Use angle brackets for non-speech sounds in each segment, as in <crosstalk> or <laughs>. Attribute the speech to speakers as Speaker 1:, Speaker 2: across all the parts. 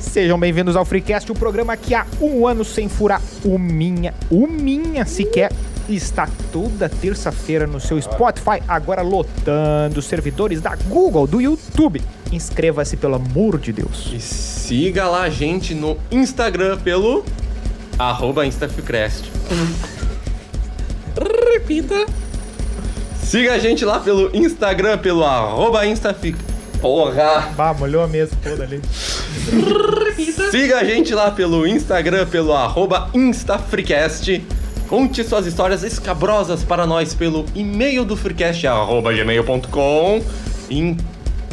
Speaker 1: Sejam bem-vindos ao Freecast, o programa que há um ano sem furar o minha, o minha sequer está toda terça-feira no seu Spotify, agora lotando os servidores da Google, do YouTube. Inscreva-se, pelo amor de Deus.
Speaker 2: E siga lá a gente no Instagram pelo arroba InstaFreecast.
Speaker 3: <laughs> Repita.
Speaker 2: Siga a gente lá pelo Instagram pelo arroba InstaFreecast. Porra!
Speaker 1: Bah, molhou a mesa toda ali.
Speaker 3: Repita.
Speaker 2: Siga a gente lá pelo Instagram pelo arroba InstaFreecast. Conte suas histórias escabrosas para nós pelo e-mail do freecast arroba gmail.com. E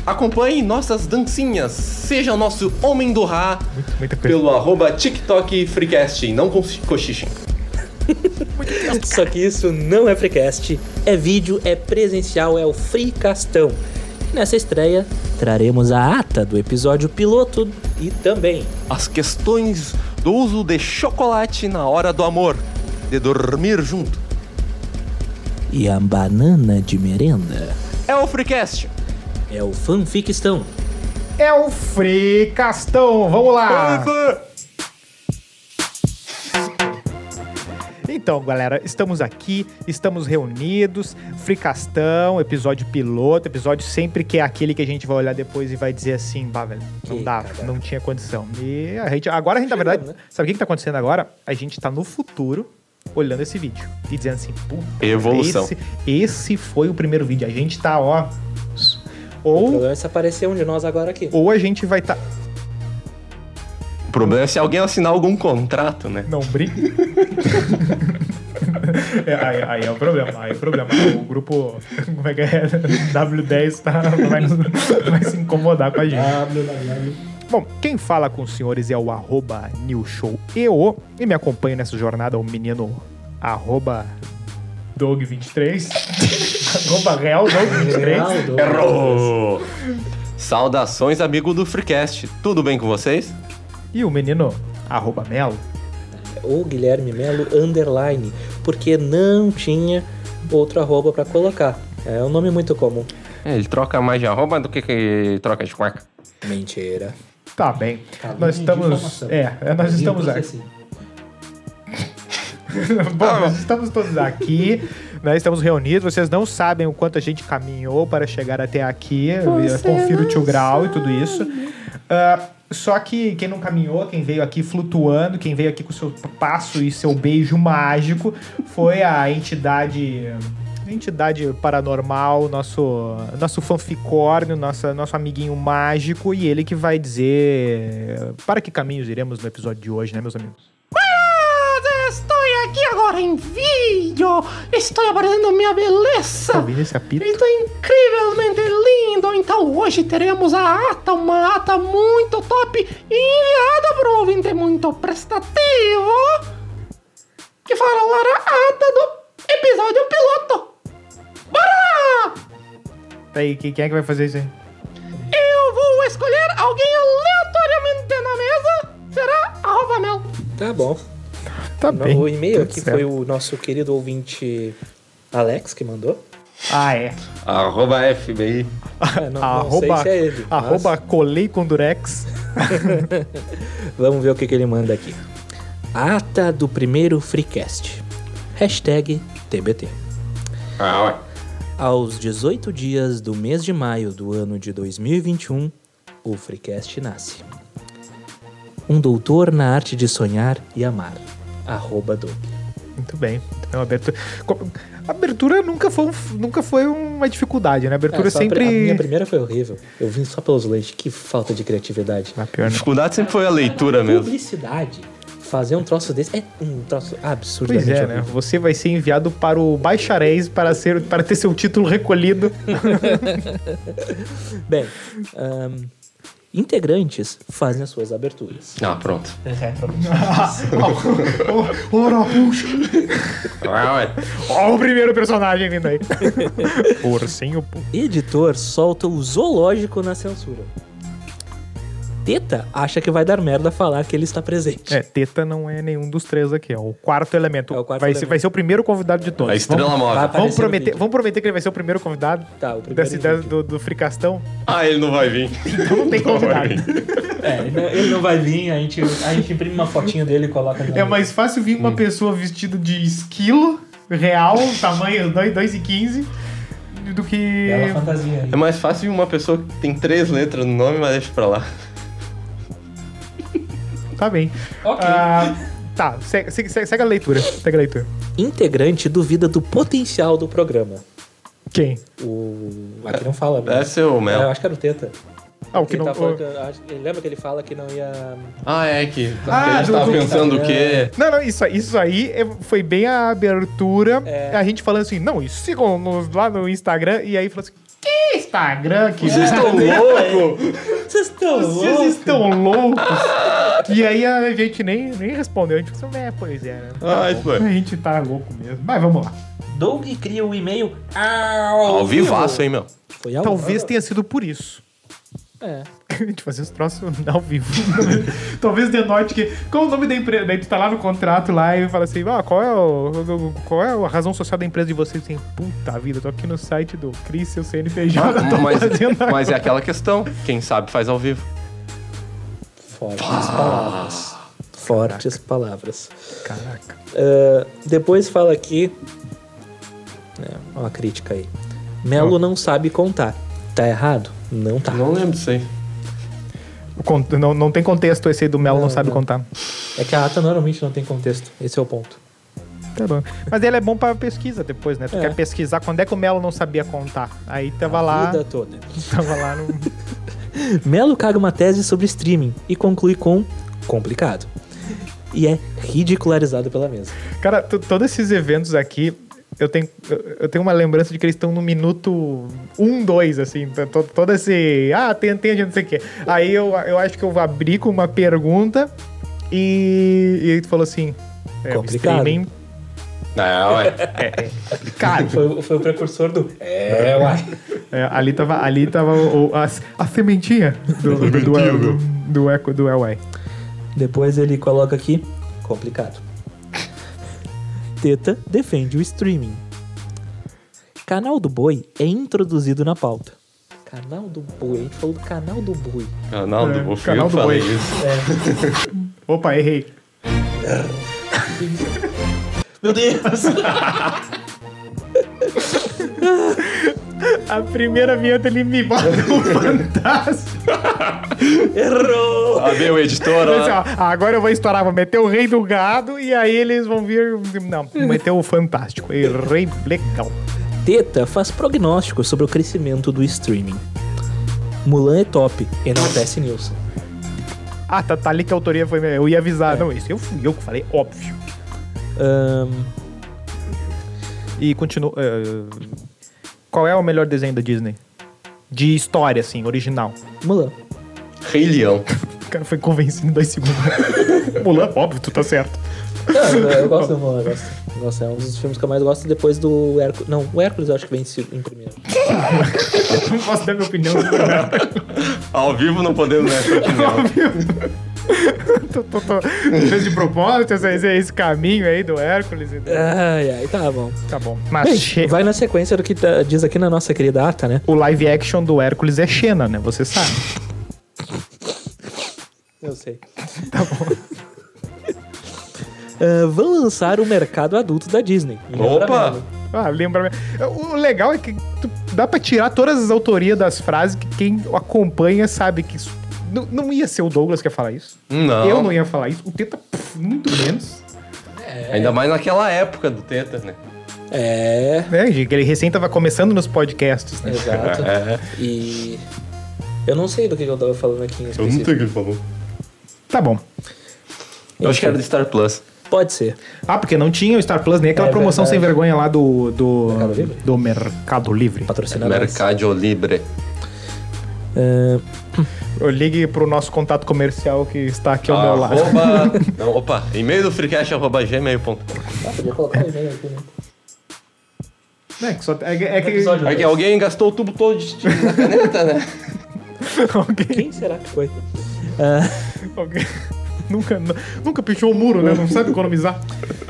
Speaker 2: acompanhe nossas dancinhas. Seja o nosso homem do ra
Speaker 1: muita coisa.
Speaker 2: pelo arroba TikTok Freecast. Não consi- cochichem.
Speaker 3: Só que isso não é freecast, é vídeo, é presencial, é o Freecastão. Nessa estreia, traremos a ata do episódio piloto e também
Speaker 2: As questões do uso de chocolate na hora do amor. De dormir junto.
Speaker 3: e a banana de merenda.
Speaker 2: É o Freecast.
Speaker 3: É o fanficstão.
Speaker 1: É o Fricastão, vamos
Speaker 2: Ah,
Speaker 1: lá! Então, galera, estamos aqui, estamos reunidos, Fricastão, episódio piloto, episódio sempre que é aquele que a gente vai olhar depois e vai dizer assim, bah, velho, não
Speaker 3: Que
Speaker 1: dá,
Speaker 3: cagada.
Speaker 1: não tinha condição. E a gente, agora a gente, na
Speaker 3: Chegamos,
Speaker 1: verdade, sabe o que que tá acontecendo agora? A gente tá no futuro olhando esse vídeo e dizendo assim, puta,
Speaker 2: Evolução.
Speaker 1: Esse, esse foi o primeiro vídeo, a gente tá, ó...
Speaker 3: O
Speaker 1: Ou,
Speaker 3: problema é se aparecer um de nós agora aqui.
Speaker 1: ou a gente vai tá...
Speaker 2: O problema é se alguém assinar algum contrato, né?
Speaker 1: Não brinque. <laughs> É, aí, aí é o problema, aí é o problema. O grupo, como é que é? W10 tá, vai, nos- vai se incomodar com a gente. Bom, quem fala com os senhores é o arroba newshoweo e me acompanha nessa jornada o menino arroba dog23 <laughs> arroba real dog23
Speaker 3: Ronaldo.
Speaker 2: Errou! Saudações, amigo do Freecast. Tudo bem com vocês?
Speaker 1: e o menino arroba melo.
Speaker 3: ou Guilherme Melo underline, porque não tinha outro arroba pra colocar. É um nome muito comum.
Speaker 2: É, ele troca mais de arroba do que, que troca de cueca.
Speaker 3: Mentira.
Speaker 1: Tá bem.
Speaker 3: Calúnia
Speaker 1: Nós
Speaker 3: de
Speaker 1: estamos.
Speaker 3: informação.
Speaker 1: É, é, nós estamos aqui.
Speaker 3: assim.
Speaker 1: <laughs> Bom, nós estamos todos aqui, né? Estamos reunidos. Vocês não sabem o quanto a gente caminhou para chegar até aqui. Eu confiro o tio Grau e tudo isso. Ah, só que quem não caminhou, quem veio aqui flutuando, quem veio aqui com seu passo e seu beijo mágico, foi a entidade. Entidade paranormal, nosso nosso fanficórnio, nossa, nosso amiguinho mágico, e ele que vai dizer para que caminhos iremos no episódio de hoje, né, meus amigos?
Speaker 4: Estou aqui Ah, agora em vídeo. Estou apresentando minha
Speaker 1: Tá
Speaker 4: beleza.
Speaker 1: ouvindo esse apito?
Speaker 4: Estou incrivelmente lindo. Então hoje teremos a ata, uma ata muito top enviada para um ouvinte muito prestativo que falará a ata do episódio piloto. Bora! lá!
Speaker 1: Tá aí, quem, quem é que vai fazer isso aí?
Speaker 4: Eu vou escolher alguém aleatoriamente na mesa. Será arroba mel.
Speaker 3: Tá bom.
Speaker 1: Tá
Speaker 3: Ah, o e-mail
Speaker 1: tudo
Speaker 3: aqui
Speaker 1: certo.
Speaker 3: foi o nosso querido ouvinte Alex que mandou.
Speaker 1: Ah, é.
Speaker 2: Arroba FBI.
Speaker 3: É, não, não sei
Speaker 1: Ah, arroba,
Speaker 3: se é ele. mas
Speaker 1: arroba colei com durex.
Speaker 3: Vamos ver o que, que ele manda aqui. Ata do primeiro Freecast. Hashtag TBT.
Speaker 2: Ah, ué.
Speaker 3: Aos 18 dias do mês de maio do ano de 2021, o Freecast nasce. Um doutor na arte de sonhar e amar. Arroba Doug.
Speaker 1: Muito bem. Então, abertura. co- Abertura nunca foi, um- nunca foi uma dificuldade, né? Abertura
Speaker 3: É, só a pri-
Speaker 1: sempre.
Speaker 3: A minha primeira foi horrível. Eu vim só pelos leites. Que falta de criatividade.
Speaker 1: Ah, pior,
Speaker 2: A
Speaker 1: né?
Speaker 2: dificuldade sempre foi a leitura mesmo.
Speaker 3: Publicidade. Fazer um troço desse é um troço absurdamente
Speaker 1: Pois é, né?
Speaker 3: horrível.
Speaker 1: Você vai ser enviado para o Baixaréis para, ser, para ter seu título
Speaker 3: <laughs>
Speaker 1: recolhido. né?
Speaker 3: Bem, ahn, integrantes fazem as suas aberturas.
Speaker 2: Ah, pronto.
Speaker 3: Oh,
Speaker 1: Ora, puxa!
Speaker 2: Ah, ué.
Speaker 1: Ó, o primeiro personagem vindo aí. <laughs> Ursinho. pu-
Speaker 3: Editor solta o zoológico na censura. Teta acha que vai dar merda falar que ele está presente.
Speaker 1: É, teta não é nenhum dos três aqui, é o quarto elemento.
Speaker 3: É o quarto
Speaker 1: vai, Ser,
Speaker 3: elemento.
Speaker 1: vai ser o primeiro convidado de todos.
Speaker 2: A estrela
Speaker 1: vamos,
Speaker 2: móvel.
Speaker 3: Vai-
Speaker 1: vamos
Speaker 3: Apareceu no
Speaker 1: prometer,
Speaker 3: vídeo.
Speaker 1: vamos prometer que ele vai ser o primeiro convidado
Speaker 3: Tá, o primeiro
Speaker 1: dessa
Speaker 3: em
Speaker 1: ideia
Speaker 3: vídeo.
Speaker 1: do, do fricastão.
Speaker 2: Ah, ele não vai vir.
Speaker 1: Então não tem
Speaker 2: vai
Speaker 1: convidado.
Speaker 2: vir.
Speaker 3: É, ele não- ele não vai vir, a gente, a gente imprime uma fotinha dele e coloca na.
Speaker 1: É mais fácil vir
Speaker 3: Hum.
Speaker 1: uma pessoa vestida de esquilo <laughs> real, tamanho 2,15, do que.
Speaker 3: Bela fantasia. aí.
Speaker 2: É mais fácil uma pessoa que tem três letras no nome, mas deixa pra lá.
Speaker 1: Tá bem.
Speaker 3: Ok.
Speaker 1: Ah, tá, segue, segue- segue- segue a leitura. Segue a leitura.
Speaker 3: Integrante duvida do potencial do programa.
Speaker 1: Quem?
Speaker 3: O. Aqui não fala, mas-
Speaker 2: Deve ser o
Speaker 3: É, eu
Speaker 2: Mel.
Speaker 3: acho que era o Teta.
Speaker 1: Ah, o que
Speaker 3: ele
Speaker 1: não.
Speaker 3: tá falando que- acho- ele lembra que ele fala que não ia.
Speaker 2: Ah, é que, que
Speaker 1: Ah,
Speaker 2: a gente
Speaker 1: do-
Speaker 2: tava
Speaker 1: do-
Speaker 2: pensando o quê?
Speaker 1: Não, não, isso, isso aí é- foi bem a abertura.
Speaker 3: É.
Speaker 1: A gente falando assim, não, isso sigam-nos lá no Instagram. E aí falou assim, que Instagram? Que
Speaker 2: Vocês estão loucos?
Speaker 3: Vocês estão
Speaker 1: Vocês
Speaker 3: loucos?
Speaker 1: estão loucos? e aí a gente nem, nem respondeu. A gente falou assim, é, pois é. né?
Speaker 2: Ai, Ah, foi.
Speaker 1: A gente tá louco mesmo. Mas vamos lá.
Speaker 3: Doug cria um e-mail ao,
Speaker 2: Ao vivaço, hein, meu?
Speaker 3: Foi ao
Speaker 1: Talvez
Speaker 3: ao-
Speaker 1: tenha sido por isso. <laughs>
Speaker 3: É.
Speaker 1: A gente fazia os troços ao vivo. <laughs> Talvez denote que. Qual o nome da empresa? Daí tu tá lá no contrato lá e fala assim: ah, qual, é o, qual é a razão social da empresa de vocês? Assim, Puta vida, tô aqui no site do Cris, seu CNPJ. tô
Speaker 2: Ah, Mas,
Speaker 1: fazendo a-
Speaker 2: mas é aquela questão. Quem sabe faz ao vivo.
Speaker 3: Fortes palavras. Fortes palavras.
Speaker 1: Caraca.
Speaker 3: Ah, depois fala aqui. É, uma crítica aí. Melo não sabe contar. Tá errado? Não tá.
Speaker 2: Não lembro disso aí.
Speaker 1: O cont- Não, não tem contexto esse aí do Melo, não,
Speaker 3: Não,
Speaker 1: sabe
Speaker 3: não.
Speaker 1: contar.
Speaker 3: É que a ata normalmente não tem contexto. Esse é o ponto.
Speaker 1: Tá bom. Mas ele é bom pra pesquisa depois, né? Tu
Speaker 3: É.
Speaker 1: quer pesquisar quando é que o Melo não sabia contar. Aí tava lá. <laughs>
Speaker 3: Vida toda.
Speaker 1: Tava lá no.
Speaker 3: Melo caga uma tese sobre streaming e conclui com complicado. E é ridicularizado pela mesa.
Speaker 1: Cara, to- todos esses eventos aqui, eu tenho, eu eu tenho uma lembrança de que eles estão no minuto 1, 2, assim. tá to- Todo esse. Ah, tem, entende, não sei o quê. Aí eu, eu acho que eu abri com uma pergunta e, e ele falou assim. É, o
Speaker 3: Complicado.
Speaker 1: streaming.
Speaker 2: Não, é.
Speaker 1: Cara,
Speaker 3: Foi, foi o precursor do. Ah, É, uai.
Speaker 1: é, ali tava, ali tava o, o- a, a sementinha do, do, do, do, do eco do Elway.
Speaker 3: Depois ele coloca aqui. Complicado. Teta defende o streaming. Canal do Boi é introduzido na pauta. Canal do Boi, a gente falou do canal do Boi.
Speaker 2: Canal do
Speaker 1: É,
Speaker 2: Buff,
Speaker 1: canal
Speaker 2: eu
Speaker 1: do
Speaker 2: falei
Speaker 1: Boi.
Speaker 2: isso.
Speaker 1: Opa, errei.
Speaker 3: Meu Deus!
Speaker 1: <laughs> A primeira vinheta ele me bota
Speaker 3: <laughs>
Speaker 1: um fantasma.
Speaker 3: Errou!
Speaker 2: Ah, meu editor,
Speaker 1: Então, assim, ó,
Speaker 2: ó.
Speaker 1: agora eu vou estourar, vou meter o rei do gado e aí eles vão vir. Não, vou meter o fantástico. Errei legal.
Speaker 3: Teta faz prognósticos sobre o crescimento do streaming. Mulan é top, enaltece Nilson.
Speaker 1: Ah, tá, tá ali que a autoria foi. minha. Eu ia
Speaker 3: É.
Speaker 1: avisar. Não, isso eu fui eu que falei, óbvio.
Speaker 3: Ahn,
Speaker 1: E continua. eh, qual é o melhor desenho da Disney? De história, assim, original.
Speaker 3: Mulan.
Speaker 2: Rei Leão.
Speaker 1: O cara foi convencido em dois segundos. <laughs> Mulan, óbvio, tu tá certo.
Speaker 3: Não, eu- eu gosto do Mulan, eu gosto. Nossa, é um dos filmes que eu mais gosto depois do Hércules. Não, o Hércules eu acho que vem em seg- em primeiro.
Speaker 1: Não posso dar minha opinião.
Speaker 2: Ao vivo não podemos né? dar essa opinião.
Speaker 1: tô, tô, tô, fez de propósito esse, é esse caminho aí do Hércules. e do-
Speaker 3: Ai, ai, tá bom.
Speaker 1: Tá bom. Mas
Speaker 3: Bem,
Speaker 1: che-
Speaker 3: vai na sequência do que tá- diz aqui na nossa querida ata, né?
Speaker 1: o live action do Hércules é Xena, né? Você sabe.
Speaker 3: Eu sei. <laughs> Tá bom. <laughs> vão lançar o mercado adulto da Disney.
Speaker 2: Opa!
Speaker 1: Ah, lembra. O legal é que tu- dá pra tirar todas as autorias das frases que quem acompanha sabe que isso. Não, não ia ser o Douglas que ia falar isso. <laughs>
Speaker 2: Não.
Speaker 1: Eu não ia falar isso. O Teta, pff, muito menos.
Speaker 2: Ainda mais naquela época do Teta, né?
Speaker 3: É,
Speaker 1: É, gente, que ele recém tava começando nos podcasts, né?
Speaker 3: exato.
Speaker 2: <laughs> É.
Speaker 3: E. Eu não sei do que eu tava falando aqui em
Speaker 2: Eu não
Speaker 3: específico.
Speaker 2: sei o que ele falou.
Speaker 1: Tá bom.
Speaker 2: Eu acho que era do Star Plus.
Speaker 3: Pode ser.
Speaker 1: Ah, porque não tinha o Star Plus, nem aquela
Speaker 3: É
Speaker 1: promoção
Speaker 3: verdade.
Speaker 1: sem vergonha lá do. Do
Speaker 3: Mercado Livre?
Speaker 1: do Mercado Livre.
Speaker 3: Patrocinado.
Speaker 2: Mercado Libre.
Speaker 3: Ah,
Speaker 1: Eu ligue pro nosso contato comercial que está
Speaker 2: É
Speaker 1: aqui ao
Speaker 2: Ah,
Speaker 1: meu lado.
Speaker 2: Arroba... Não, opa. E-mail do freecast, arroba gmail.com.
Speaker 3: Ah, podia colocar o e-mail aqui, né?
Speaker 1: É que, só- é que- é que-
Speaker 3: Episódio
Speaker 2: É que alguém gastou o tubo todo de tinta na caneta, né?
Speaker 1: <laughs> alguém-
Speaker 3: Quem será que foi? Ah,
Speaker 1: Alguém- <laughs> nunca, nunca pichou o muro, né? Não sabe economizar.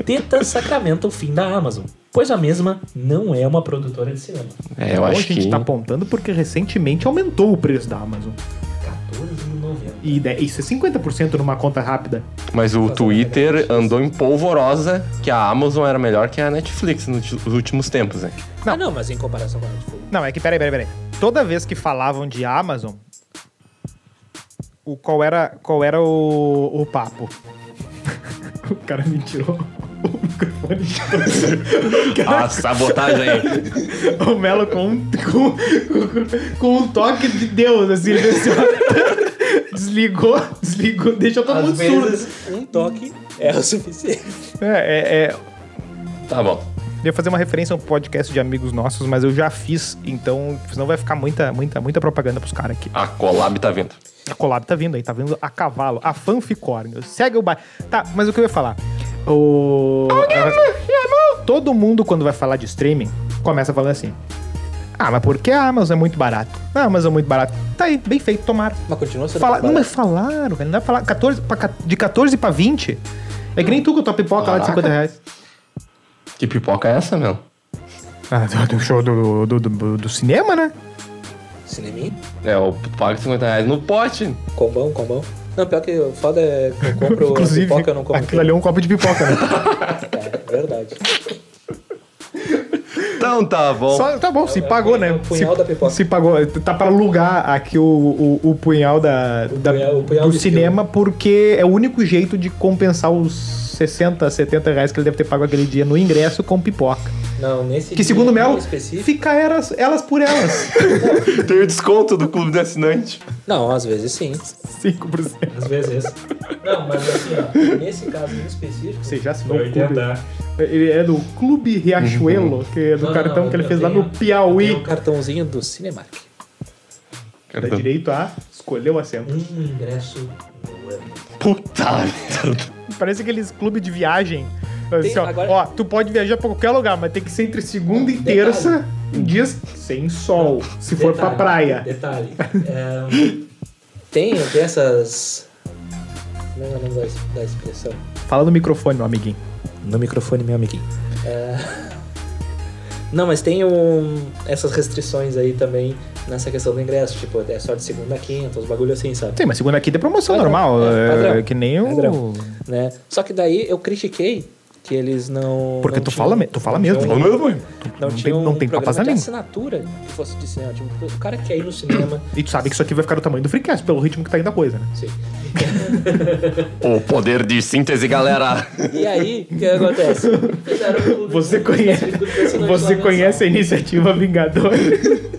Speaker 3: tenta Sacramento o fim da Amazon, pois a mesma não é uma produtora de cinema.
Speaker 2: É, eu
Speaker 1: Hoje a
Speaker 2: acho
Speaker 1: gente
Speaker 2: que.
Speaker 1: tá apontando porque recentemente aumentou o preço da Amazon.
Speaker 3: 14,90.
Speaker 1: E de- isso é 50% numa conta rápida.
Speaker 2: Mas o Twitter andou em polvorosa que a Amazon era melhor que a Netflix nos últimos tempos, né?
Speaker 1: Não.
Speaker 3: Ah, não, mas em comparação com a Netflix.
Speaker 1: Não, é que peraí, peraí, peraí. Toda vez que falavam de Amazon, o, qual era, qual era o, o papo? <laughs> o cara me tirou o microfone. de todo.
Speaker 2: A sabotagem.
Speaker 1: <laughs> o Melo com, com, com, com um toque de Deus, assim, ele fez assim, ó. desligou, desligou, deixou todo mundo
Speaker 3: Às
Speaker 1: surdo.
Speaker 3: vezes, um toque é o suficiente.
Speaker 1: É, é, é,
Speaker 2: tá bom.
Speaker 1: Eu ia fazer uma referência a um podcast de amigos nossos, mas eu já fiz, então senão vai ficar muita, muita, muita propaganda pros caras aqui.
Speaker 2: A collab tá vindo.
Speaker 1: A collab tá vindo aí, tá vindo a cavalo, a fanficórnio. Segue o baile. Tá, mas o que eu ia falar? O. Todo mundo, quando vai falar de streaming, começa falando assim. Ah, mas porque a Amazon é muito barato? A Amazon é muito barato. Tá aí, bem feito, tomara.
Speaker 3: Mas continua sendo
Speaker 1: Fala, não,
Speaker 3: comparado.
Speaker 1: mas falaram, velho. Não dá pra falar. 14, pra ca- de 14 pra 20? É que nem tu com a tua pipoca lá de
Speaker 2: Caraca.
Speaker 1: 50 reais.
Speaker 2: Que pipoca é essa, meu?
Speaker 1: Ah, do, do show do, do, do, do cinema, né?
Speaker 3: Cineminha?
Speaker 2: É, eu pago 50 reais no pote.
Speaker 3: Combão, combão. Não, pior que o foda é que
Speaker 1: <laughs>
Speaker 3: eu compro
Speaker 1: Inclusive,
Speaker 3: pipoca, eu não compro.
Speaker 1: aquilo ali é um copo de pipoca, né?
Speaker 3: É verdade.
Speaker 2: Então tá bom.
Speaker 1: Só- tá bom, se
Speaker 3: é o
Speaker 1: pagou,
Speaker 3: punhal-
Speaker 1: né?
Speaker 3: o punhal
Speaker 1: se,
Speaker 3: da pipoca.
Speaker 1: se pagou. Tá pra alugar aqui o, o, o punhal da, da-
Speaker 3: punhal- o punhal
Speaker 1: do
Speaker 3: de
Speaker 1: cinema, porque é o único jeito de compensar os 60, 70 reais que ele deve ter pago aquele dia no ingresso com pipoca.
Speaker 3: Não, nesse
Speaker 1: Que segundo o Mel,
Speaker 3: específico.
Speaker 1: fica elas, elas por elas.
Speaker 3: <laughs>
Speaker 2: Tem o desconto do clube do assinante.
Speaker 3: Não, às vezes sim.
Speaker 1: 5%.
Speaker 3: Às vezes. Não, mas assim, ó, nesse caso em específico.
Speaker 1: Você já assinou
Speaker 3: Vou
Speaker 1: assim, o clube?
Speaker 3: tentar.
Speaker 1: Ele é do Clube Riachuelo, que é do
Speaker 3: Não, não,
Speaker 1: cartão
Speaker 3: não,
Speaker 1: que ele
Speaker 3: eu
Speaker 1: fez lá
Speaker 3: tenho-
Speaker 1: no Piauí.
Speaker 3: Tem um cartãozinho do Cinemark.
Speaker 1: Dá direito a escolher o assento.
Speaker 3: Um ingresso no ano.
Speaker 2: Puta merda.
Speaker 1: Parece aqueles clubes de viagem. Assim, ó,
Speaker 3: agora-
Speaker 1: ó, tu pode viajar pra qualquer lugar, mas tem que ser entre segunda e
Speaker 3: Detalhe.
Speaker 1: terça, em dias sem sol, se for pra
Speaker 3: Detalhe,
Speaker 1: praia. <laughs>
Speaker 3: Detalhe. É, tem, tem essas. Como é o nome da, da expressão?
Speaker 1: Fala no microfone, meu amiguinho.
Speaker 3: No microfone, meu amiguinho. Não, mas tem um, essas restrições aí também nessa questão do ingresso. Tipo, é só de segunda a quinta, os bagulho assim, sabe?
Speaker 1: Sim, mas segunda aqui tem promoção
Speaker 3: Padrão,
Speaker 1: normal,
Speaker 3: é,
Speaker 1: é,
Speaker 3: padrão,
Speaker 1: que nem o...
Speaker 3: padrão. Né? Só que daí eu critiquei que eles não.
Speaker 1: Porque
Speaker 3: não
Speaker 1: tu
Speaker 3: tinham-
Speaker 1: fala me- tu fala
Speaker 3: não
Speaker 1: mesmo.
Speaker 3: tinham-
Speaker 1: Fala Não
Speaker 3: Não,
Speaker 1: tem-
Speaker 3: tinha um
Speaker 1: não tem
Speaker 3: programa
Speaker 1: papas na
Speaker 3: de
Speaker 1: língua.
Speaker 3: assinatura que fosse de cinema. Tipo, o cara que quer ir
Speaker 1: <coughs>
Speaker 3: no cinema.
Speaker 1: E tu sabe que isso aqui vai ficar do tamanho do Freecast, pelo ritmo que tá indo a coisa, né?
Speaker 3: Sim.
Speaker 2: O poder de síntese, galera.
Speaker 3: E aí, o que acontece? Fizeram um clube-
Speaker 1: Você
Speaker 3: um
Speaker 1: conhece,
Speaker 3: clube de assinantes lá
Speaker 1: você
Speaker 3: mensal.
Speaker 1: conhece a iniciativa Vingadores? <laughs>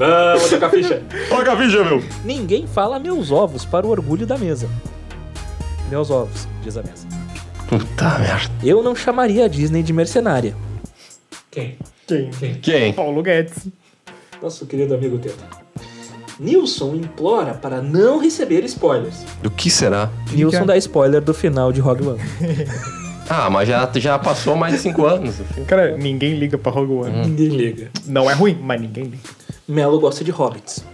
Speaker 3: Ah, vou tocar ficha.
Speaker 2: Paga a ficha, meu.
Speaker 3: Ninguém fala meus ovos para o orgulho da mesa. Meus ovos, diz a mesa.
Speaker 2: Puta merda.
Speaker 3: Eu não chamaria a Disney de mercenária.
Speaker 5: Quem?
Speaker 1: Quem?
Speaker 2: Quem?
Speaker 1: Paulo Guedes.
Speaker 5: Nosso querido amigo Teta.
Speaker 3: Nilson implora para não receber spoilers.
Speaker 2: Do que será?
Speaker 3: Nilson dá spoiler do final de Rogue <laughs> One.
Speaker 2: Ah, mas já, já passou mais de 5 anos.
Speaker 1: Cara, ninguém liga pra Rogue One.
Speaker 3: Hum.
Speaker 5: Ninguém liga.
Speaker 1: Não é ruim, mas ninguém liga.
Speaker 3: Melo gosta de hobbits.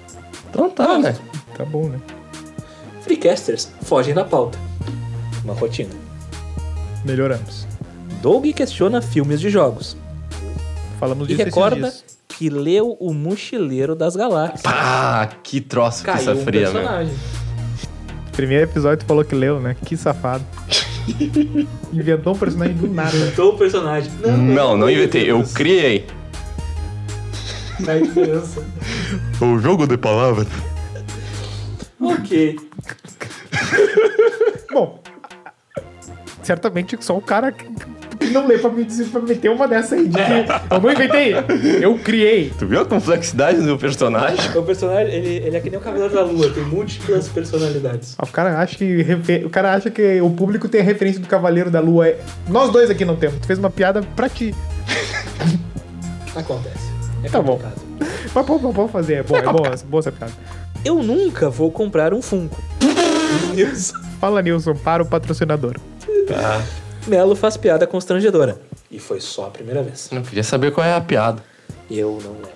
Speaker 2: Então tá, né?
Speaker 1: Tá bom, né?
Speaker 3: Freecasters fogem da pauta. Uma rotina.
Speaker 1: Melhoramos.
Speaker 3: Doug questiona filmes de jogos.
Speaker 1: Falamos
Speaker 3: E
Speaker 1: disso esses
Speaker 3: recorda
Speaker 1: dias.
Speaker 3: que leu O Mochileiro das Galáxias.
Speaker 2: Pá, que troço que
Speaker 1: é
Speaker 3: Caiu
Speaker 2: essa
Speaker 3: um
Speaker 2: fria, meu.
Speaker 3: personagem.
Speaker 1: Primeiro episódio tu falou que leu, né? Que safado. Inventou um personagem do nada.
Speaker 3: Inventou o personagem. Não,
Speaker 1: Hum.
Speaker 2: Não, não inventei. Eu
Speaker 3: criei.
Speaker 2: criei.
Speaker 3: tá
Speaker 2: É O jogo de palavras.
Speaker 3: ok.
Speaker 1: Bom, certamente só um cara que que não lê pra me dizer, pra meter uma dessa aí de que eu não inventei, eu criei.
Speaker 2: Tu viu a complexidade do personagem?
Speaker 3: O personagem, ele, ele é que nem o Cavaleiro da Lua, tem múltiplas personalidades.
Speaker 1: Ah, O cara, acha que, refe- o cara acha que o público tem a referência do Cavaleiro da Lua. É- Nós dois aqui não temos. Tu fez uma piada pra ti.
Speaker 3: Acontece. É
Speaker 1: Tá bom.
Speaker 3: complicado.
Speaker 1: Mas pô, pô, pô, fazer. É boa, é boa, boa essa piada.
Speaker 3: Eu nunca vou comprar um Funko. Nilson.
Speaker 1: Fala, Nilson, para o patrocinador.
Speaker 3: Melo faz piada constrangedora. E foi só a primeira vez.
Speaker 2: Não queria saber qual é a piada.
Speaker 3: Eu não lembro.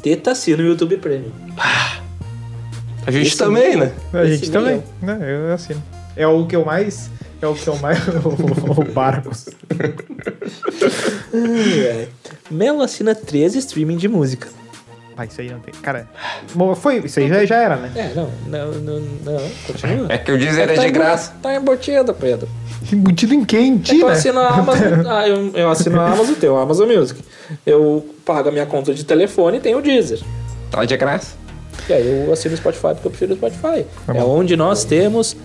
Speaker 3: Teta assina o YouTube Premium.
Speaker 2: A gente
Speaker 3: Esse
Speaker 2: também,
Speaker 3: meio.
Speaker 2: né?
Speaker 1: A gente
Speaker 3: Esse
Speaker 1: também. Né? Eu assino. É o que eu mais. É o que eu mais. <laughs> o, o Barcos.
Speaker 3: É. Melo assina 13 streaming de música.
Speaker 1: Pai, isso aí não tem. Cara, bom, foi. Isso aí já, já era, né?
Speaker 3: É, não, não, não, não, continua.
Speaker 2: <laughs> É que eu disse era
Speaker 3: tá
Speaker 2: de
Speaker 3: embu-
Speaker 2: graça.
Speaker 3: Tá embutido, Pedro.
Speaker 1: Embutido em né? quem?
Speaker 3: É que eu
Speaker 1: Tira.
Speaker 3: assino a Amazon. ah, eu, eu assino a Amazon, tenho a Amazon Music. Eu pago a minha conta de telefone e tenho o Deezer.
Speaker 2: Tá de graça.
Speaker 3: E aí eu assino o Spotify porque eu prefiro o Spotify. é onde nós temos.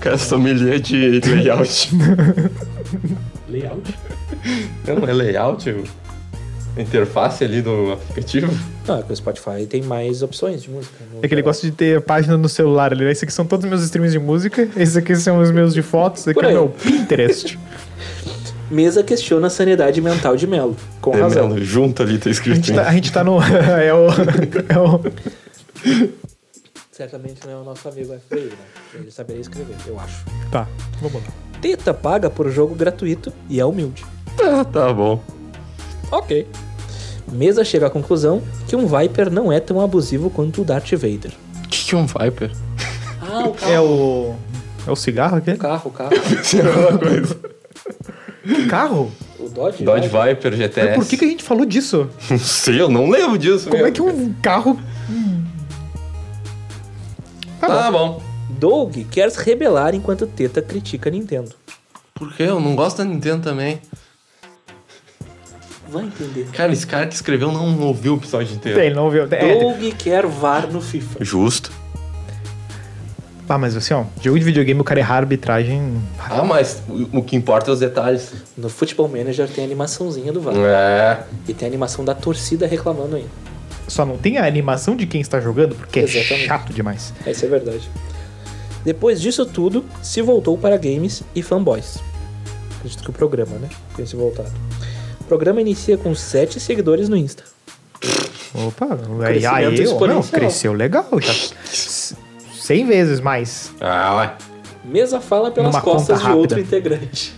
Speaker 2: Cara, sommelier de <laughs> layout.
Speaker 5: Layout?
Speaker 2: não é layout? o- a Interface ali do aplicativo?
Speaker 3: Não, é que o Spotify tem mais opções de música. né? no
Speaker 1: É que ele
Speaker 3: geral.
Speaker 1: gosta de ter página no celular. Ele, esses aqui são todos os meus streams de música, esses aqui são os meus de fotos, esse aqui
Speaker 3: Por
Speaker 1: é o
Speaker 3: aí.
Speaker 1: meu <laughs> Pinterest.
Speaker 3: Mesa questiona a sanidade mental de Melo. Com
Speaker 2: É,
Speaker 3: razão.
Speaker 2: mano, junto ali tá
Speaker 1: A
Speaker 2: escrito.
Speaker 1: gente tá, a gente tá no. <laughs> É o. É o
Speaker 3: Certamente não é o nosso amigo FBI, né? Ele saberia escrever, eu acho.
Speaker 1: tá, vamos lá.
Speaker 3: Teta paga por jogo gratuito e é humilde.
Speaker 2: Ah, tá bom.
Speaker 3: Ok. Mesa chega à conclusão que um Viper não é tão abusivo quanto o Darth Vader.
Speaker 2: O que, que é um Viper?
Speaker 3: Ah, o carro.
Speaker 1: É o. É o cigarro aqui?
Speaker 3: O carro, o carro.
Speaker 1: um Carro?
Speaker 3: O Dodge? né?
Speaker 2: Dodge
Speaker 3: Viper.
Speaker 2: Viper, GTS.
Speaker 3: É.
Speaker 1: Mas por que, que a gente falou disso?
Speaker 2: <laughs> Não sei, eu não lembro disso.
Speaker 1: Como
Speaker 2: meu.
Speaker 1: é que um carro.
Speaker 2: Tá bom.
Speaker 3: Doug quer se rebelar enquanto Teta critica a Nintendo.
Speaker 2: Por que? Eu não gosto da Nintendo também.
Speaker 3: Vai entender.
Speaker 2: Cara, esse cara que escreveu não ouviu o episódio inteiro.
Speaker 1: Tem, não viu. É,
Speaker 3: Doug quer VAR no FIFA.
Speaker 2: Justo.
Speaker 1: ah, mas assim, ó, jogo de videogame, o cara errar a arbitragem.
Speaker 2: Ah, mas o, o que importa é os detalhes.
Speaker 3: No Futebol Manager tem a animaçãozinha do VAR.
Speaker 2: É.
Speaker 3: E tem a animação da torcida reclamando ainda.
Speaker 1: Só não tem a animação de quem está jogando, porque é
Speaker 3: Exatamente.
Speaker 1: chato demais.
Speaker 3: É, Isso é verdade. Depois disso tudo, se voltou para games e fanboys. Acredito que o programa, né? Tem se voltado. O programa inicia com 7 seguidores no Insta.
Speaker 1: Opa, é um aí, aí
Speaker 3: Crescimento
Speaker 1: ó, não,
Speaker 3: exponencial.
Speaker 1: cresceu legal. Já, c- 100 vezes mais.
Speaker 2: Ah, ué.
Speaker 3: Mesa fala pelas
Speaker 1: Numa
Speaker 3: costas
Speaker 1: conta
Speaker 3: de outro
Speaker 1: rápida.
Speaker 3: <laughs> integrante.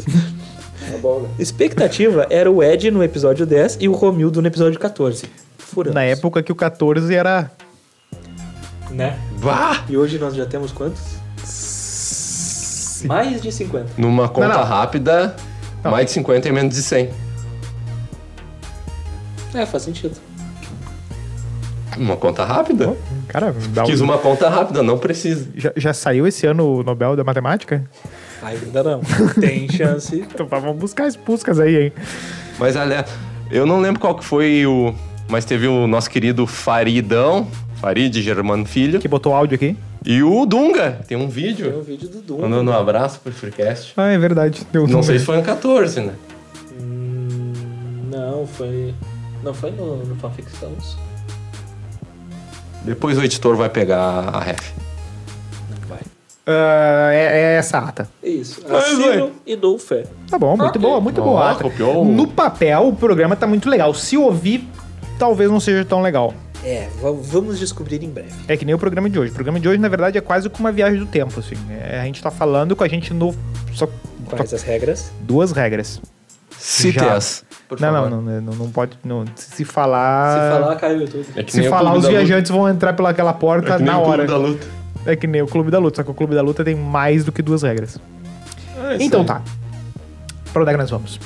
Speaker 5: Tá bom, né?
Speaker 3: Expectativa era o Ed no episódio 10 e o Romildo no episódio 14. Furamos.
Speaker 1: Na época que o 14 era
Speaker 3: Né?
Speaker 2: Bah!
Speaker 3: E hoje nós já temos quantos? Mais de 50.
Speaker 2: Numa conta
Speaker 1: não.
Speaker 2: rápida,
Speaker 1: Não.
Speaker 2: mais de 50 e menos de 100.
Speaker 3: É, faz sentido.
Speaker 2: Uma conta rápida?
Speaker 1: Cara, dá um-
Speaker 2: Quis uma conta rápida, não precisa.
Speaker 1: já, já saiu esse ano o Nobel da Matemática?
Speaker 3: Ainda <laughs> não. Tem chance.
Speaker 1: Então vamos buscar as buscas aí, hein?
Speaker 2: Mas olha, eu não lembro qual que foi o. Mas teve o nosso querido Faridão, Farid Germano Filho,
Speaker 1: Que botou áudio aqui.
Speaker 2: e o Dunga. Tem um
Speaker 3: Tem um
Speaker 2: vídeo
Speaker 3: vídeo do Doom.
Speaker 2: mandando um abraço pro Freecast.
Speaker 1: Ah, é verdade. Deu
Speaker 2: Não
Speaker 1: número.
Speaker 2: sei se foi no 14, né?
Speaker 3: Hum, não, foi. Não foi no, no fanficção isso?
Speaker 2: Depois o editor vai pegar a ref.
Speaker 3: Não vai.
Speaker 1: Ah, é, é essa ata.
Speaker 3: Isso.
Speaker 2: Vai,
Speaker 3: Assino e dou fé.
Speaker 1: Tá bom, muito
Speaker 3: Ok.
Speaker 1: boa, muito
Speaker 2: Ó,
Speaker 1: boa ata.
Speaker 2: Ah, copiou.
Speaker 1: No papel, o programa tá muito legal. Se ouvir, talvez não seja tão legal.
Speaker 3: É, va- vamos descobrir em breve.
Speaker 1: É que nem o programa de hoje. O programa de hoje, na verdade, é quase como uma viagem do tempo, assim. É, a gente tá falando com a gente no... Só
Speaker 3: Quais as regras?
Speaker 1: duas regras.
Speaker 2: Cite
Speaker 1: Já.
Speaker 2: as. por
Speaker 1: Não,
Speaker 2: favor.
Speaker 1: não, não, não, não pode... não, se
Speaker 3: Se
Speaker 1: falar...
Speaker 3: falar, caiu tudo.
Speaker 2: É que
Speaker 1: Se
Speaker 2: nem o
Speaker 1: falar,
Speaker 2: Clube
Speaker 1: os
Speaker 2: da Luta.
Speaker 1: viajantes vão entrar pelaquela porta
Speaker 2: É que nem
Speaker 1: na
Speaker 2: o Clube
Speaker 1: hora.
Speaker 2: da Luta.
Speaker 1: É que nem o Clube da Luta, só que o Clube da Luta tem mais do que duas regras.
Speaker 2: É
Speaker 1: então tá. Pra onde é que nós vamos?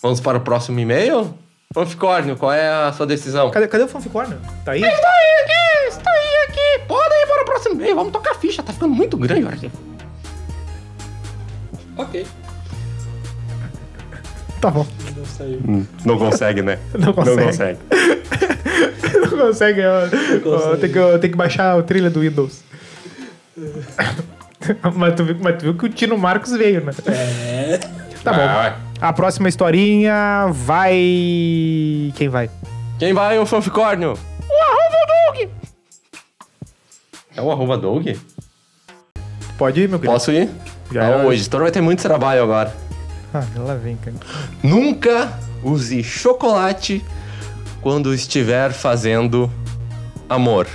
Speaker 2: Vamos para o próximo e-mail? Fanficórnio, qual é a sua decisão?
Speaker 1: Cadê, cadê o fanficórnio? Tá aí?
Speaker 4: Está aí aqui. Podem ir para o próximo meio. Vamos tocar ficha. Tá ficando muito grande o arquivo.
Speaker 3: Ok.
Speaker 1: Tá bom.
Speaker 3: Não saiu.
Speaker 2: Não consegue, né?
Speaker 1: <laughs> Não consegue. Não consegue. ó. Ó, Tem, que, ó, tem que baixar o trilha do
Speaker 2: <laughs>
Speaker 1: Windows. mas, tu viu, mas tu viu que o Tino Marcos veio, né? <laughs>
Speaker 2: É.
Speaker 1: Tá bom.
Speaker 2: Ah, vai.
Speaker 1: A próxima historinha vai. Quem vai?
Speaker 2: Quem vai é o fanficórnio? O arroba Doug! É o arroba Doug?
Speaker 1: Pode ir, meu querido.
Speaker 2: Posso ir?
Speaker 1: Já é
Speaker 2: Ah,
Speaker 1: era.
Speaker 2: o editor vai ter muito trabalho agora.
Speaker 1: Ah, lá vem, cara.
Speaker 2: Nunca use chocolate quando estiver fazendo amor.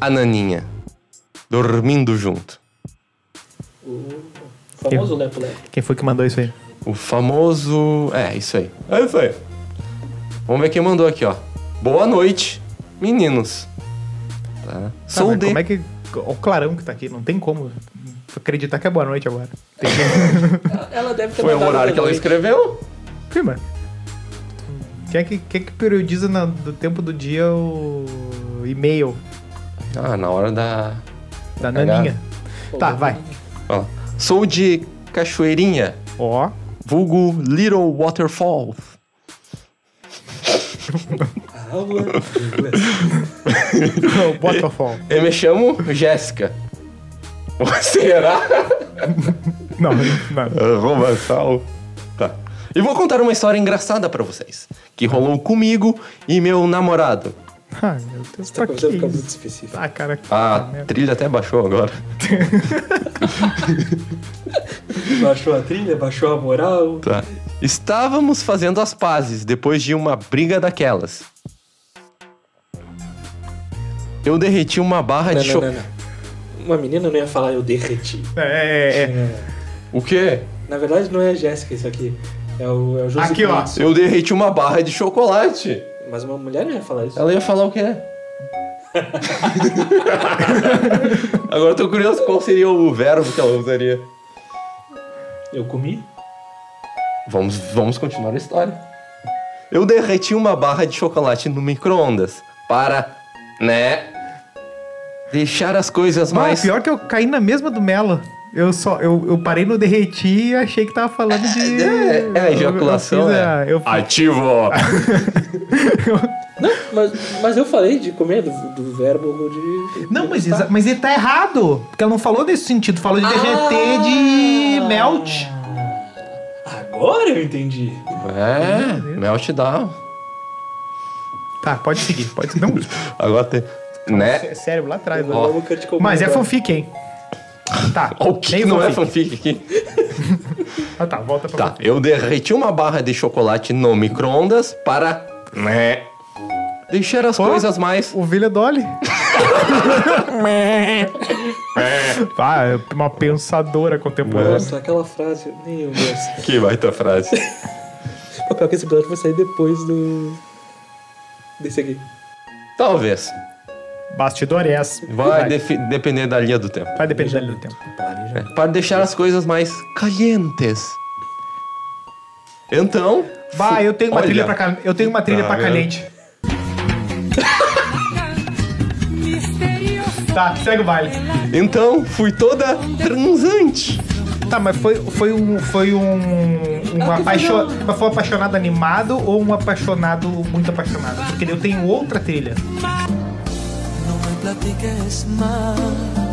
Speaker 2: A naninha. Dormindo junto.
Speaker 3: O famoso Lepo Lepo.
Speaker 1: Quem foi que mandou isso aí?
Speaker 2: O famoso. É, isso aí. É isso aí. Vamos ver quem mandou aqui, ó. Boa noite, meninos. tá?
Speaker 1: Tá,
Speaker 2: Sou
Speaker 1: mas
Speaker 2: de.
Speaker 1: Como é que. Olha o clarão que tá aqui, não tem como acreditar que é boa noite agora. Tem
Speaker 3: Ela deve ter
Speaker 2: Foi o
Speaker 3: mandado
Speaker 2: horário que ela
Speaker 3: também.
Speaker 2: escreveu?
Speaker 1: que. Prima. Quem é que, quem é que periodiza na- do tempo do dia o e-mail
Speaker 2: Ah, na hora da.
Speaker 1: da
Speaker 2: Cagada.
Speaker 1: naninha? Tá, vai.
Speaker 2: Ó. Sou de Cachoeirinha,
Speaker 1: Ó. <laughs>
Speaker 2: vulgo Little Waterfall.
Speaker 5: Aula de inglês.
Speaker 1: o Botafogo.
Speaker 2: Eu me chamo Jéssica. Será?
Speaker 1: Não, <laughs> não.
Speaker 2: Arroba sal. Tá. E vou contar uma história engraçada pra vocês. Que rolou comigo e meu namorado.
Speaker 1: Ah, meu Deus,
Speaker 5: Essa
Speaker 1: pra que
Speaker 5: coisa fica muito
Speaker 1: isso?
Speaker 5: específica.
Speaker 1: Ah, cara. que
Speaker 2: A
Speaker 1: merda.
Speaker 2: trilha até baixou agora.
Speaker 5: Baixou a trilha, baixou a moral.
Speaker 2: Tá. Estávamos fazendo as pazes depois de uma briga daquelas. Eu derreti uma barra
Speaker 3: Não,
Speaker 2: de cho...
Speaker 3: não, não, não. Uma menina não ia falar eu derreti.
Speaker 1: É, é, é.
Speaker 2: O quê?
Speaker 5: Na verdade, não é a Jéssica isso aqui. É o, é o José
Speaker 1: Aqui, ó.
Speaker 5: Pontes.
Speaker 2: Eu derreti uma barra de chocolate.
Speaker 5: Mas uma mulher não ia falar isso.
Speaker 2: Ela ia falar o quê? <laughs> Agora eu tô curioso qual seria o verbo que ela usaria.
Speaker 5: Eu comi?
Speaker 2: Vamos, vamos continuar a história. Eu derreti uma barra de chocolate no micro-ondas para, né, deixar as coisas
Speaker 1: Bah,
Speaker 2: mais...
Speaker 1: pior que eu caí na mesma do Melo. Eu só, eu, eu parei no derretir e achei que tava falando de.
Speaker 2: É, é a
Speaker 1: Eu,
Speaker 2: ejaculação,
Speaker 1: fiz
Speaker 2: é.
Speaker 1: a- eu, <laughs>
Speaker 2: Ativo!
Speaker 5: Não,
Speaker 3: Mas, mas eu falei de comer do, do verbo de.
Speaker 1: Não, mas, exa- mas ele tá errado. Porque ela não falou nesse sentido. Falou de derreter
Speaker 5: Ah.
Speaker 1: de melt.
Speaker 5: Agora eu entendi.
Speaker 2: É, meltdown.
Speaker 1: Tá, pode seguir. Pode <laughs> seguir. Não,
Speaker 2: Agora tem... Né?
Speaker 1: É sério, lá atrás.
Speaker 2: Ó.
Speaker 5: O Lucas te cobrou
Speaker 1: Mas é
Speaker 5: agora.
Speaker 1: fanfic, hein? Tá.
Speaker 2: <laughs> O que
Speaker 1: nem
Speaker 2: não é fanfic aqui?
Speaker 1: Ah, tá, volta pra
Speaker 2: Tá, eu derreti uma barra de chocolate no micro-ondas para. Né? Deixar as coisas mais.
Speaker 1: Ovelha Dolly. ah, <laughs> é uma pensadora contemporânea.
Speaker 5: Nossa, Então, aquela frase. Meu Deus.
Speaker 2: Que baita frase.
Speaker 5: O papel que esse episódio vai sair depois do. Desse aqui.
Speaker 2: Talvez.
Speaker 1: Bastidores.
Speaker 2: Vai defi- depender da linha do tempo.
Speaker 1: é Vai depender do tempo.
Speaker 2: É, Para deixar as coisas mais calientes. Então.
Speaker 1: Bah, eu tenho uma
Speaker 2: Olha.
Speaker 1: trilha pra, cal- eu tenho uma trilha
Speaker 2: Tá
Speaker 1: pra
Speaker 2: vendo?
Speaker 1: calente. Tá, segue o baile.
Speaker 2: Então, fui toda transante.
Speaker 1: Tá, mas foi, foi um. Foi um. um apaixo... Mas foi um apaixonado animado ou um apaixonado muito apaixonado? Porque daí eu tenho outra trilha.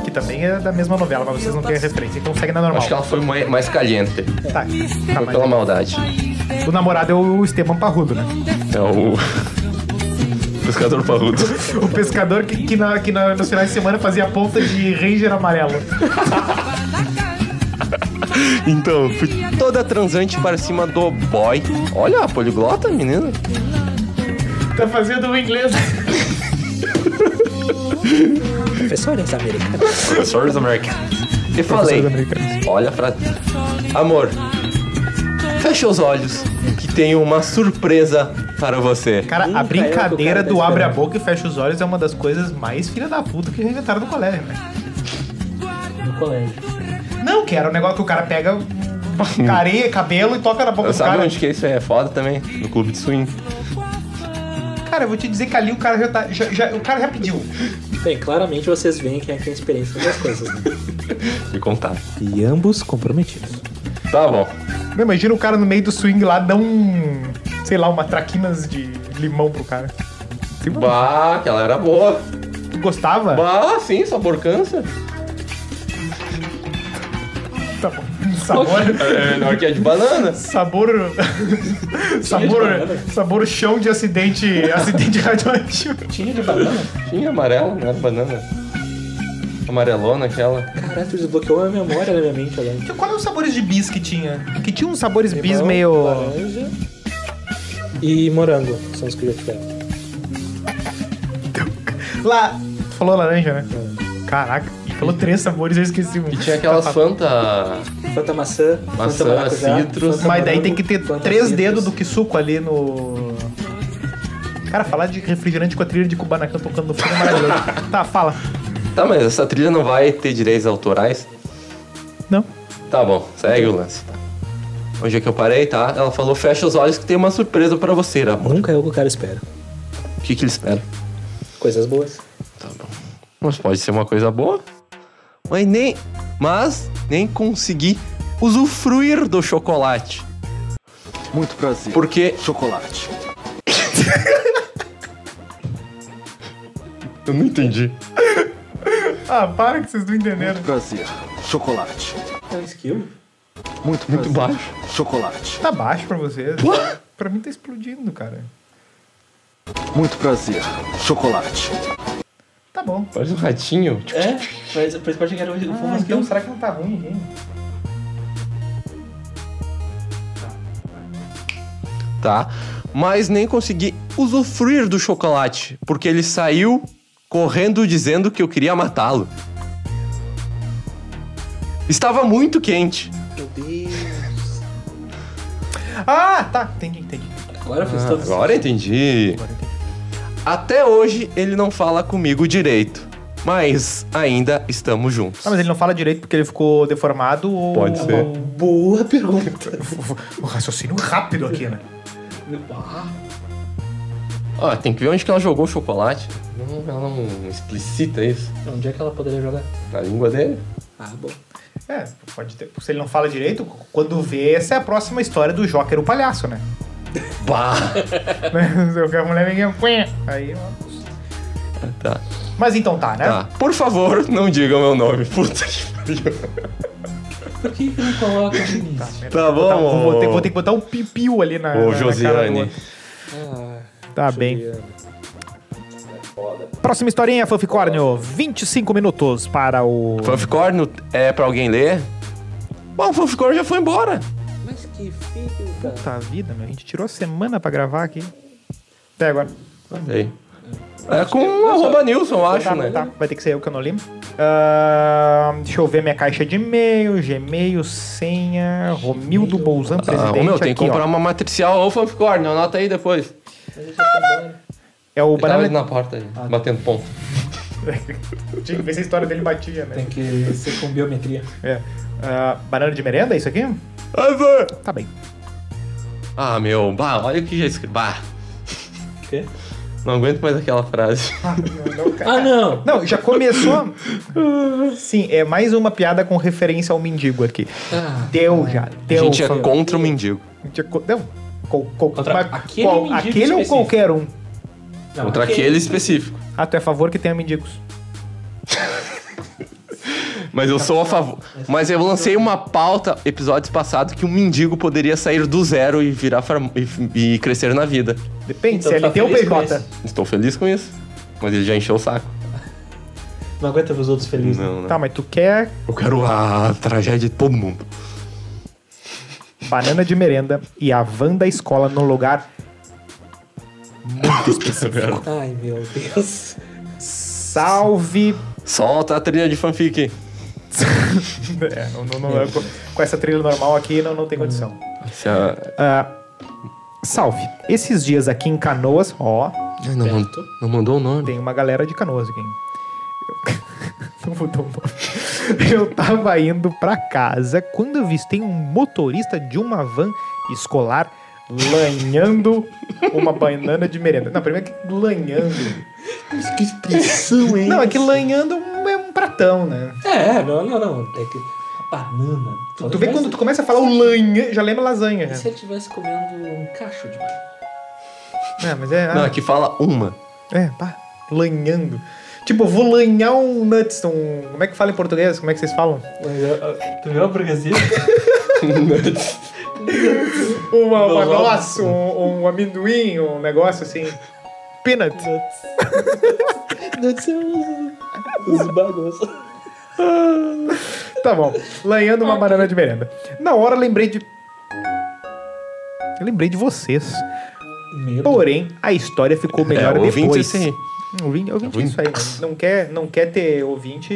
Speaker 1: Que também é da mesma novela, mas vocês não têm a referência, então segue na normal.
Speaker 2: Acho que é ela foi mai- mais caliente.
Speaker 1: Tá, tá
Speaker 2: Foi pela
Speaker 1: mas
Speaker 2: maldade.
Speaker 1: o namorado é o Esteban Parrudo, né?
Speaker 2: É o. Pescador parrudo.
Speaker 1: O pescador que, que, na, que na, nos finais de semana fazia ponta de Ranger amarelo.
Speaker 2: Então, fui toda transante para cima do boy. Olha a poliglota, menina.
Speaker 1: Tá fazendo o inglês.
Speaker 3: Professores americanos.
Speaker 2: Professores americanos. E falei, olha pra... Amor, fecha os olhos que tenho uma surpresa para você.
Speaker 1: Cara, a
Speaker 5: Nunca
Speaker 1: brincadeira
Speaker 5: é o que o cara tá
Speaker 1: do abre a
Speaker 5: esperando.
Speaker 1: boca e fecha os olhos é uma das coisas mais filha da puta que já inventaram no colégio, né?
Speaker 5: No colégio.
Speaker 1: Não, que era um negócio que o cara
Speaker 5: <laughs>
Speaker 1: pega areia, cabelo e toca na boca do
Speaker 2: Sabe
Speaker 1: cara.
Speaker 2: onde que isso é foda também? No clube de swing.
Speaker 1: Cara, eu vou te dizer que ali o cara já tá. já- já- o cara já pediu.
Speaker 3: Bem, claramente vocês veem quem é que tem experiência das coisas, né?
Speaker 2: Me contar.
Speaker 3: E ambos comprometidos.
Speaker 2: Tá bom.
Speaker 1: Não, imagina o cara no meio do swing lá dá um. sei lá, uma traquinas de limão pro cara. Sim, mano.
Speaker 2: Bah, que ela era boa.
Speaker 1: Tu gostava?
Speaker 2: Bah, sim, sabor câncer.
Speaker 1: Tá bom.
Speaker 5: <laughs>
Speaker 1: Sabor.
Speaker 2: É melhor que a de banana.
Speaker 1: Sabor. <laughs> sabor.
Speaker 5: banana.
Speaker 1: Sabor chão de <laughs> acidente. acidente radioativo.
Speaker 5: Tinha de banana?
Speaker 2: Tinha amarela, não era banana. Amarelona aquela.
Speaker 5: Caraca, tu desbloqueou a memória da minha mente agora.
Speaker 1: Qual é os sabores de bis que tinha? Que tinha uns sabores bis
Speaker 5: Limão,
Speaker 1: meio.
Speaker 5: Laranja. E morango, são os que eu já tiveram.
Speaker 1: Lá. Tu falou laranja, né? Caraca. tu Falou três sabores, eu esqueci um.
Speaker 2: E tinha aquelas Fanta.
Speaker 5: Fanta maçã,
Speaker 2: Maçã,
Speaker 5: Fanta maracujá,
Speaker 2: citros.
Speaker 5: Fanta
Speaker 1: Mas daí
Speaker 5: morango,
Speaker 1: tem que ter
Speaker 5: Fanta
Speaker 1: três
Speaker 5: citros.
Speaker 1: dedos do que suco ali no. Cara, falar de refrigerante com a trilha de Kubanacan tocando no fundo é maravilhoso. <laughs> tá, fala.
Speaker 2: Tá, mas essa trilha não vai ter direitos autorais?
Speaker 1: Não.
Speaker 2: Tá bom, segue o lance. tá. Onde é que eu parei, tá? Ela falou, fecha os olhos que tem uma surpresa pra você, amor.
Speaker 3: Nunca é o que o cara espera.
Speaker 2: O que que ele espera?
Speaker 3: Coisas boas.
Speaker 2: Tá bom. Mas pode ser uma coisa boa. Mas nem... Mas nem consegui usufruir do chocolate.
Speaker 6: Muito prazer.
Speaker 2: Porque
Speaker 6: Chocolate.
Speaker 2: <laughs> eu não entendi.
Speaker 1: Ah, para que vocês não entenderam.
Speaker 6: Muito prazer. Chocolate.
Speaker 5: É um skill?
Speaker 6: Muito prazer.
Speaker 2: Muito baixo.
Speaker 6: Chocolate.
Speaker 1: Tá baixo pra vocês. pra mim tá explodindo, cara.
Speaker 6: Muito prazer. Chocolate.
Speaker 1: Tá bom.
Speaker 2: Parece um ratinho. Tipo,
Speaker 5: É? Mas a principal que era o um
Speaker 1: Ah,
Speaker 5: skill.
Speaker 1: então será que não tá ruim, hein?
Speaker 2: tá? Mas nem consegui usufruir do chocolate, porque ele saiu correndo dizendo que eu queria matá-lo. Estava muito quente.
Speaker 5: Meu Deus.
Speaker 1: Ah, tá. Entendi, entendi.
Speaker 5: Agora fez
Speaker 2: Ah,
Speaker 5: todo
Speaker 2: agora entendi. Até hoje ele não fala comigo direito, mas ainda estamos juntos.
Speaker 1: Ah, mas ele não fala direito porque ele ficou deformado ou... Tá
Speaker 2: Pode ser.
Speaker 5: Boa pergunta.
Speaker 1: <laughs> O raciocínio rápido aqui, né?
Speaker 5: Ah,
Speaker 2: Ó, tem que ver onde que ela jogou o chocolate. Não- Ela não explicita isso.
Speaker 5: onde é que ela poderia jogar?
Speaker 2: Na língua dele.
Speaker 5: Ah, bom.
Speaker 1: É, pode ter. Se ele não fala direito, quando vê, essa é a próxima história do Joker o palhaço, né? <laughs>
Speaker 2: Bah!
Speaker 1: Né? a mulher vem e- Aí, ó.
Speaker 2: <laughs> tá,
Speaker 1: Mas então tá, né?
Speaker 2: tá. Por favor, não digam meu nome. Puta que pariu.
Speaker 5: Por que, que não coloca o Vinícius?
Speaker 2: Tá
Speaker 1: Então, Vou botar-
Speaker 2: bom.
Speaker 1: vou, ter, vou ter que botar um pipiu ali na.
Speaker 2: Ô,
Speaker 1: na- na cara do
Speaker 2: Josiane.
Speaker 1: outro.
Speaker 5: Ah,
Speaker 1: Tá bem. Próxima historinha, Fanficórnio. 25 minutos para o.
Speaker 2: Fanficórnio é pra alguém ler? Bom, o Fanficórnio já foi embora.
Speaker 5: mas que filho da...
Speaker 1: Puta vida, meu. A gente tirou a semana pra gravar aqui. Até agora.
Speaker 2: Sei. Tá É com o arroba Nilson, eu acho,
Speaker 1: Tá,
Speaker 2: né?
Speaker 1: tá. Vai ter que ser eu que eu não lembro. Ah, deixa eu ver minha caixa de e-mail, Gmail, senha, Romildo Bolzan,
Speaker 2: Ah,
Speaker 1: presidente.
Speaker 2: ô, meu, tem que
Speaker 1: aqui,
Speaker 2: comprar
Speaker 1: ó.
Speaker 2: uma matricial ou Fanficórnio. Anota aí depois.
Speaker 1: É Ah. o
Speaker 2: Ele tava ali
Speaker 1: Banana.
Speaker 2: na porta, ali, batendo ponto.
Speaker 1: Tinha que ver se a história dele batia, né?
Speaker 5: Tem que ser com biometria.
Speaker 1: É. Ah, banana de merenda, é isso aqui? Tá bem.
Speaker 2: Ah, meu, bah, olha o que já escrevi. Bah,
Speaker 5: O quê?
Speaker 2: não aguento mais aquela frase.
Speaker 5: Ah, não!
Speaker 1: Não, já começou. Sim, é mais uma piada com referência ao mendigo aqui.
Speaker 5: Ah,
Speaker 1: Deu já,
Speaker 2: A
Speaker 1: deu.
Speaker 2: gente é
Speaker 1: Fran.
Speaker 2: contra o mendigo.
Speaker 1: A gente é co- Não. Qual- qual-
Speaker 5: Contra
Speaker 1: mas
Speaker 5: aquele
Speaker 1: qual-
Speaker 5: mendigo
Speaker 1: aquele ou
Speaker 5: específico.
Speaker 1: qualquer um.
Speaker 5: não,
Speaker 2: Contra
Speaker 5: aquele-
Speaker 2: aquele específico.
Speaker 1: Ah, tu é a favor que tenha mendigos.
Speaker 2: Mas eu sou a favor. Mas eu lancei uma pauta episódios passados que um mendigo poderia sair do zero e virar farm- e- e crescer na vida.
Speaker 1: Depende,
Speaker 5: Então
Speaker 1: se
Speaker 5: tu tá
Speaker 1: ele tem ou
Speaker 5: feliz com
Speaker 1: PJ.
Speaker 5: isso?
Speaker 2: Estou feliz com isso. Mas ele já encheu o saco.
Speaker 5: Não aguenta ver os outros felizes.
Speaker 2: Não, né?
Speaker 1: Tá, mas tu quer
Speaker 2: Eu quero a tragédia de todo mundo.
Speaker 1: banana de merenda e a van da escola no lugar
Speaker 5: Ai, meu Deus.
Speaker 1: salve.
Speaker 2: Solta a trilha de fanfic.
Speaker 1: <laughs> é, não, não- não- com- com essa trilha normal aqui não, não tem condição.
Speaker 2: Se a-
Speaker 1: Ah, salve. Esses dias aqui em Canoas, ó,
Speaker 2: Ai, Não, mand- não mandou o nome.
Speaker 1: Tem uma galera de canoas aqui. hein? Eu... <laughs> Não mudou o nome. Eu tava indo pra casa quando avistei um motorista de uma van escolar lanhando uma banana de merenda. Não, primeiro que lanhando.
Speaker 5: Que expressão, hein?
Speaker 1: Não, é que lanhando é um- é um pratão, né?
Speaker 5: É, não, não, não. É que. A banana. É.
Speaker 1: Tu, tu vê quando tu começa a falar o lanha, já lembra lasanha.
Speaker 5: E
Speaker 1: né?
Speaker 5: se ele estivesse comendo um cacho de banana?
Speaker 1: É, mas é. ah,
Speaker 2: Não, aqui fala uma.
Speaker 1: É, pá, lanhando. Tipo, eu vou lanhar um nuts, um. Como é que fala em português? Como é que vocês falam?
Speaker 5: Mas, ó, ó, Tu viu a
Speaker 1: <laughs>
Speaker 5: burguesia?
Speaker 1: Uma, uma
Speaker 5: Não,
Speaker 1: nossa, um, um amendoim, um negócio assim. Peanut.
Speaker 5: Não
Speaker 1: um-
Speaker 5: os, os bagulhos.
Speaker 1: Tá bom. Lanhando uma banana de merenda. Na hora eu lembrei de. Eu lembrei de vocês.
Speaker 5: Meu Deus.
Speaker 1: Porém, a história ficou melhor
Speaker 2: é, ouvinte
Speaker 1: depois.
Speaker 2: esse aí.
Speaker 1: Ouvinte, assim. ouvinte é isso aí. Não quer, não quer ter ouvinte.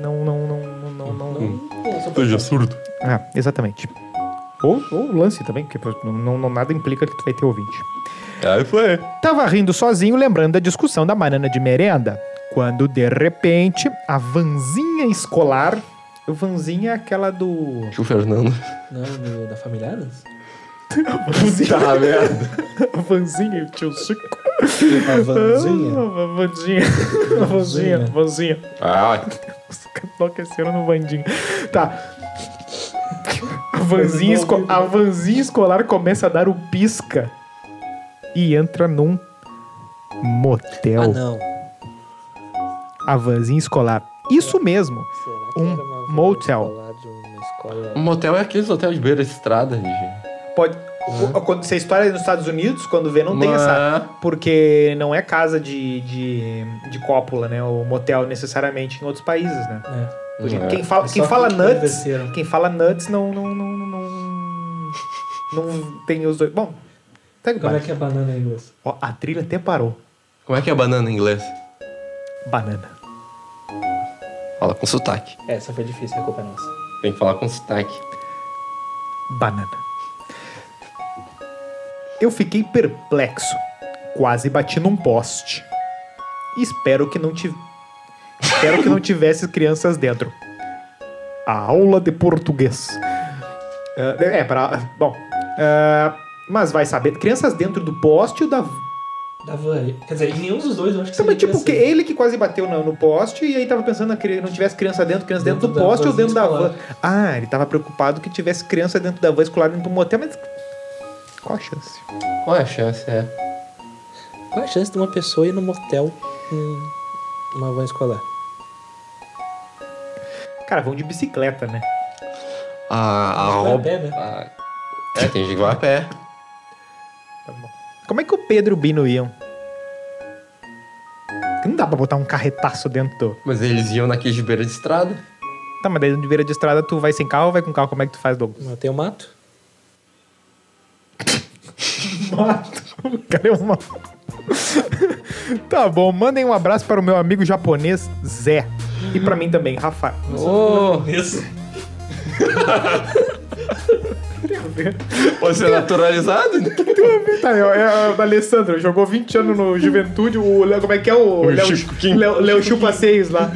Speaker 1: Não, não, não, não, não. não, não.
Speaker 2: Seja surdo.
Speaker 1: Ah, exatamente. Ou, ou lance também, porque não, não- não- nada implica que tu vai ter ouvinte.
Speaker 2: É, Aí foi.
Speaker 1: Tava rindo sozinho, lembrando da discussão da banana de merenda. Quando, de repente, a vanzinha escolar... Vanzinha é aquela do...
Speaker 2: Tio <laughs> Fernando.
Speaker 5: Não, no- da família Adams?
Speaker 1: Vanzinha,
Speaker 2: Tá, merda.
Speaker 1: vanzinha e o tio Chico.
Speaker 5: A <laughs> Vanzinha?
Speaker 1: Ah, Vandinha. Vanzinha, Vanzinha.
Speaker 2: Ah,
Speaker 1: Os caras enlouqueceram no Vandinho. Tá. A vanzinha, esco- a vanzinha escolar começa a dar o pisca e entra num motel.
Speaker 5: Ah, não.
Speaker 1: a vanzinha escolar. Isso mesmo.
Speaker 5: Será que
Speaker 1: Um
Speaker 5: era uma van
Speaker 1: motel.
Speaker 5: escolar de uma escola?
Speaker 2: um motel é aqueles hotel de beira de estrada, gente.
Speaker 1: Pode. o- Quando você história nos Estados Unidos, quando vê, não tem essa. Porque não é casa de, de, de cópula, né? O motel necessariamente em outros países, né?
Speaker 5: É.
Speaker 1: Hoje,
Speaker 2: É.
Speaker 1: Quem fala,
Speaker 5: É
Speaker 1: quem
Speaker 5: só
Speaker 1: fala
Speaker 5: que
Speaker 1: nuts,
Speaker 5: convenceram.
Speaker 1: quem fala nuts não não não não, não tem os dois. Bom, segue o
Speaker 5: Como é
Speaker 1: barco.
Speaker 5: que é banana em inglês?
Speaker 1: Ó, a trilha até parou.
Speaker 2: Como é que é banana em inglês?
Speaker 1: Banana.
Speaker 2: Fala com sotaque.
Speaker 5: Essa foi difícil, a culpa é nossa.
Speaker 2: Tem que falar com sotaque.
Speaker 1: Banana. Eu fiquei perplexo, quase bati num poste. Espero que não tive Espero que não tivesse crianças dentro. A aula de português. Ah, é, para. Bom. ah, mas vai saber. Crianças dentro do poste ou da.
Speaker 5: Da van. Quer dizer, em nenhum dos dois eu acho que
Speaker 1: Sabe,
Speaker 5: seria
Speaker 1: tipo, que
Speaker 5: interessante.
Speaker 1: ele que quase bateu na- no, poste e aí tava pensando que não tivesse criança dentro, criança dentro,
Speaker 5: Dentro
Speaker 1: do
Speaker 5: da
Speaker 1: poste ou dentro da
Speaker 5: vanzinha
Speaker 1: van. Ah, ele tava preocupado que tivesse criança dentro da van escolar dentro do motel, mas. Qual a chance?
Speaker 2: Qual é a chance? É.
Speaker 5: Qual é a chance de uma pessoa ir no motel com uma van escolar?
Speaker 1: Cara, vão de bicicleta, né?
Speaker 2: A, a
Speaker 5: Vai a
Speaker 2: roupa.
Speaker 5: pé, né?
Speaker 2: É, tem gente que vai a pé.
Speaker 1: Tá bom. Como é que o Pedro e o Bino iam? Que Não dá pra botar um carretaço dentro do.
Speaker 2: Mas eles iam naqueles de beira de estrada.
Speaker 1: Tá, mas daí de beira de estrada tu vai sem carro ou vai com carro? Como é que tu faz,
Speaker 5: <laughs>
Speaker 1: Douglas?
Speaker 5: Matei o mato?
Speaker 1: Mato. <laughs> Cadê uma? tá bom, mandem um abraço para o meu amigo japonês Zé. E pra mim também, Rafa.
Speaker 2: <laughs> Oh,
Speaker 5: Isso.
Speaker 2: você é naturalizado?
Speaker 1: Tá, é, é o Alessandro, jogou 20 anos no Juventude, o Léo, como é que é o... Léo
Speaker 2: Chico Kim.
Speaker 1: Léo, Léo Chupa 6 lá.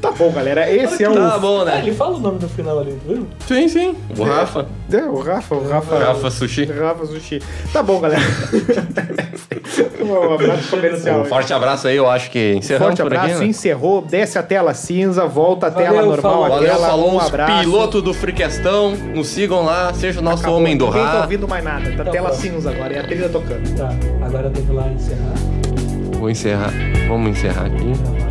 Speaker 1: tá bom, galera, esse é o...
Speaker 2: Tá bom,
Speaker 5: Ah,
Speaker 2: né?
Speaker 5: ele fala o nome no final ali, viu?
Speaker 2: Sim, sim. O Rafa.
Speaker 1: É, o Rafa, o Rafa...
Speaker 2: Rafa Sushi.
Speaker 1: Rafa Sushi. Tá bom, galera. <laughs> um abraço comercial.
Speaker 2: Um forte abraço aí, eu acho que encerramos
Speaker 1: Forte
Speaker 2: por
Speaker 1: abraço,
Speaker 2: aqui. Né?
Speaker 1: encerrou, desce a tela cinza, volta a tela
Speaker 5: Valeu,
Speaker 1: normal,
Speaker 5: falou.
Speaker 2: Valeu,
Speaker 1: aquela,
Speaker 2: falou
Speaker 1: um
Speaker 2: os
Speaker 1: abraço.
Speaker 2: piloto do Friquestão. Nos sigam lá, seja o nosso
Speaker 1: Acabou,
Speaker 2: homem do
Speaker 1: Ninguém tá
Speaker 2: Ra.
Speaker 1: ouvindo mais nada, tá
Speaker 5: Tá
Speaker 1: tela
Speaker 5: bom.
Speaker 1: cinza agora, é a trilha tocando.
Speaker 5: Tá, agora eu tenho que ir lá é encerrar.
Speaker 2: Vou encerrar. Vamos encerrar aqui.
Speaker 5: Tá lá.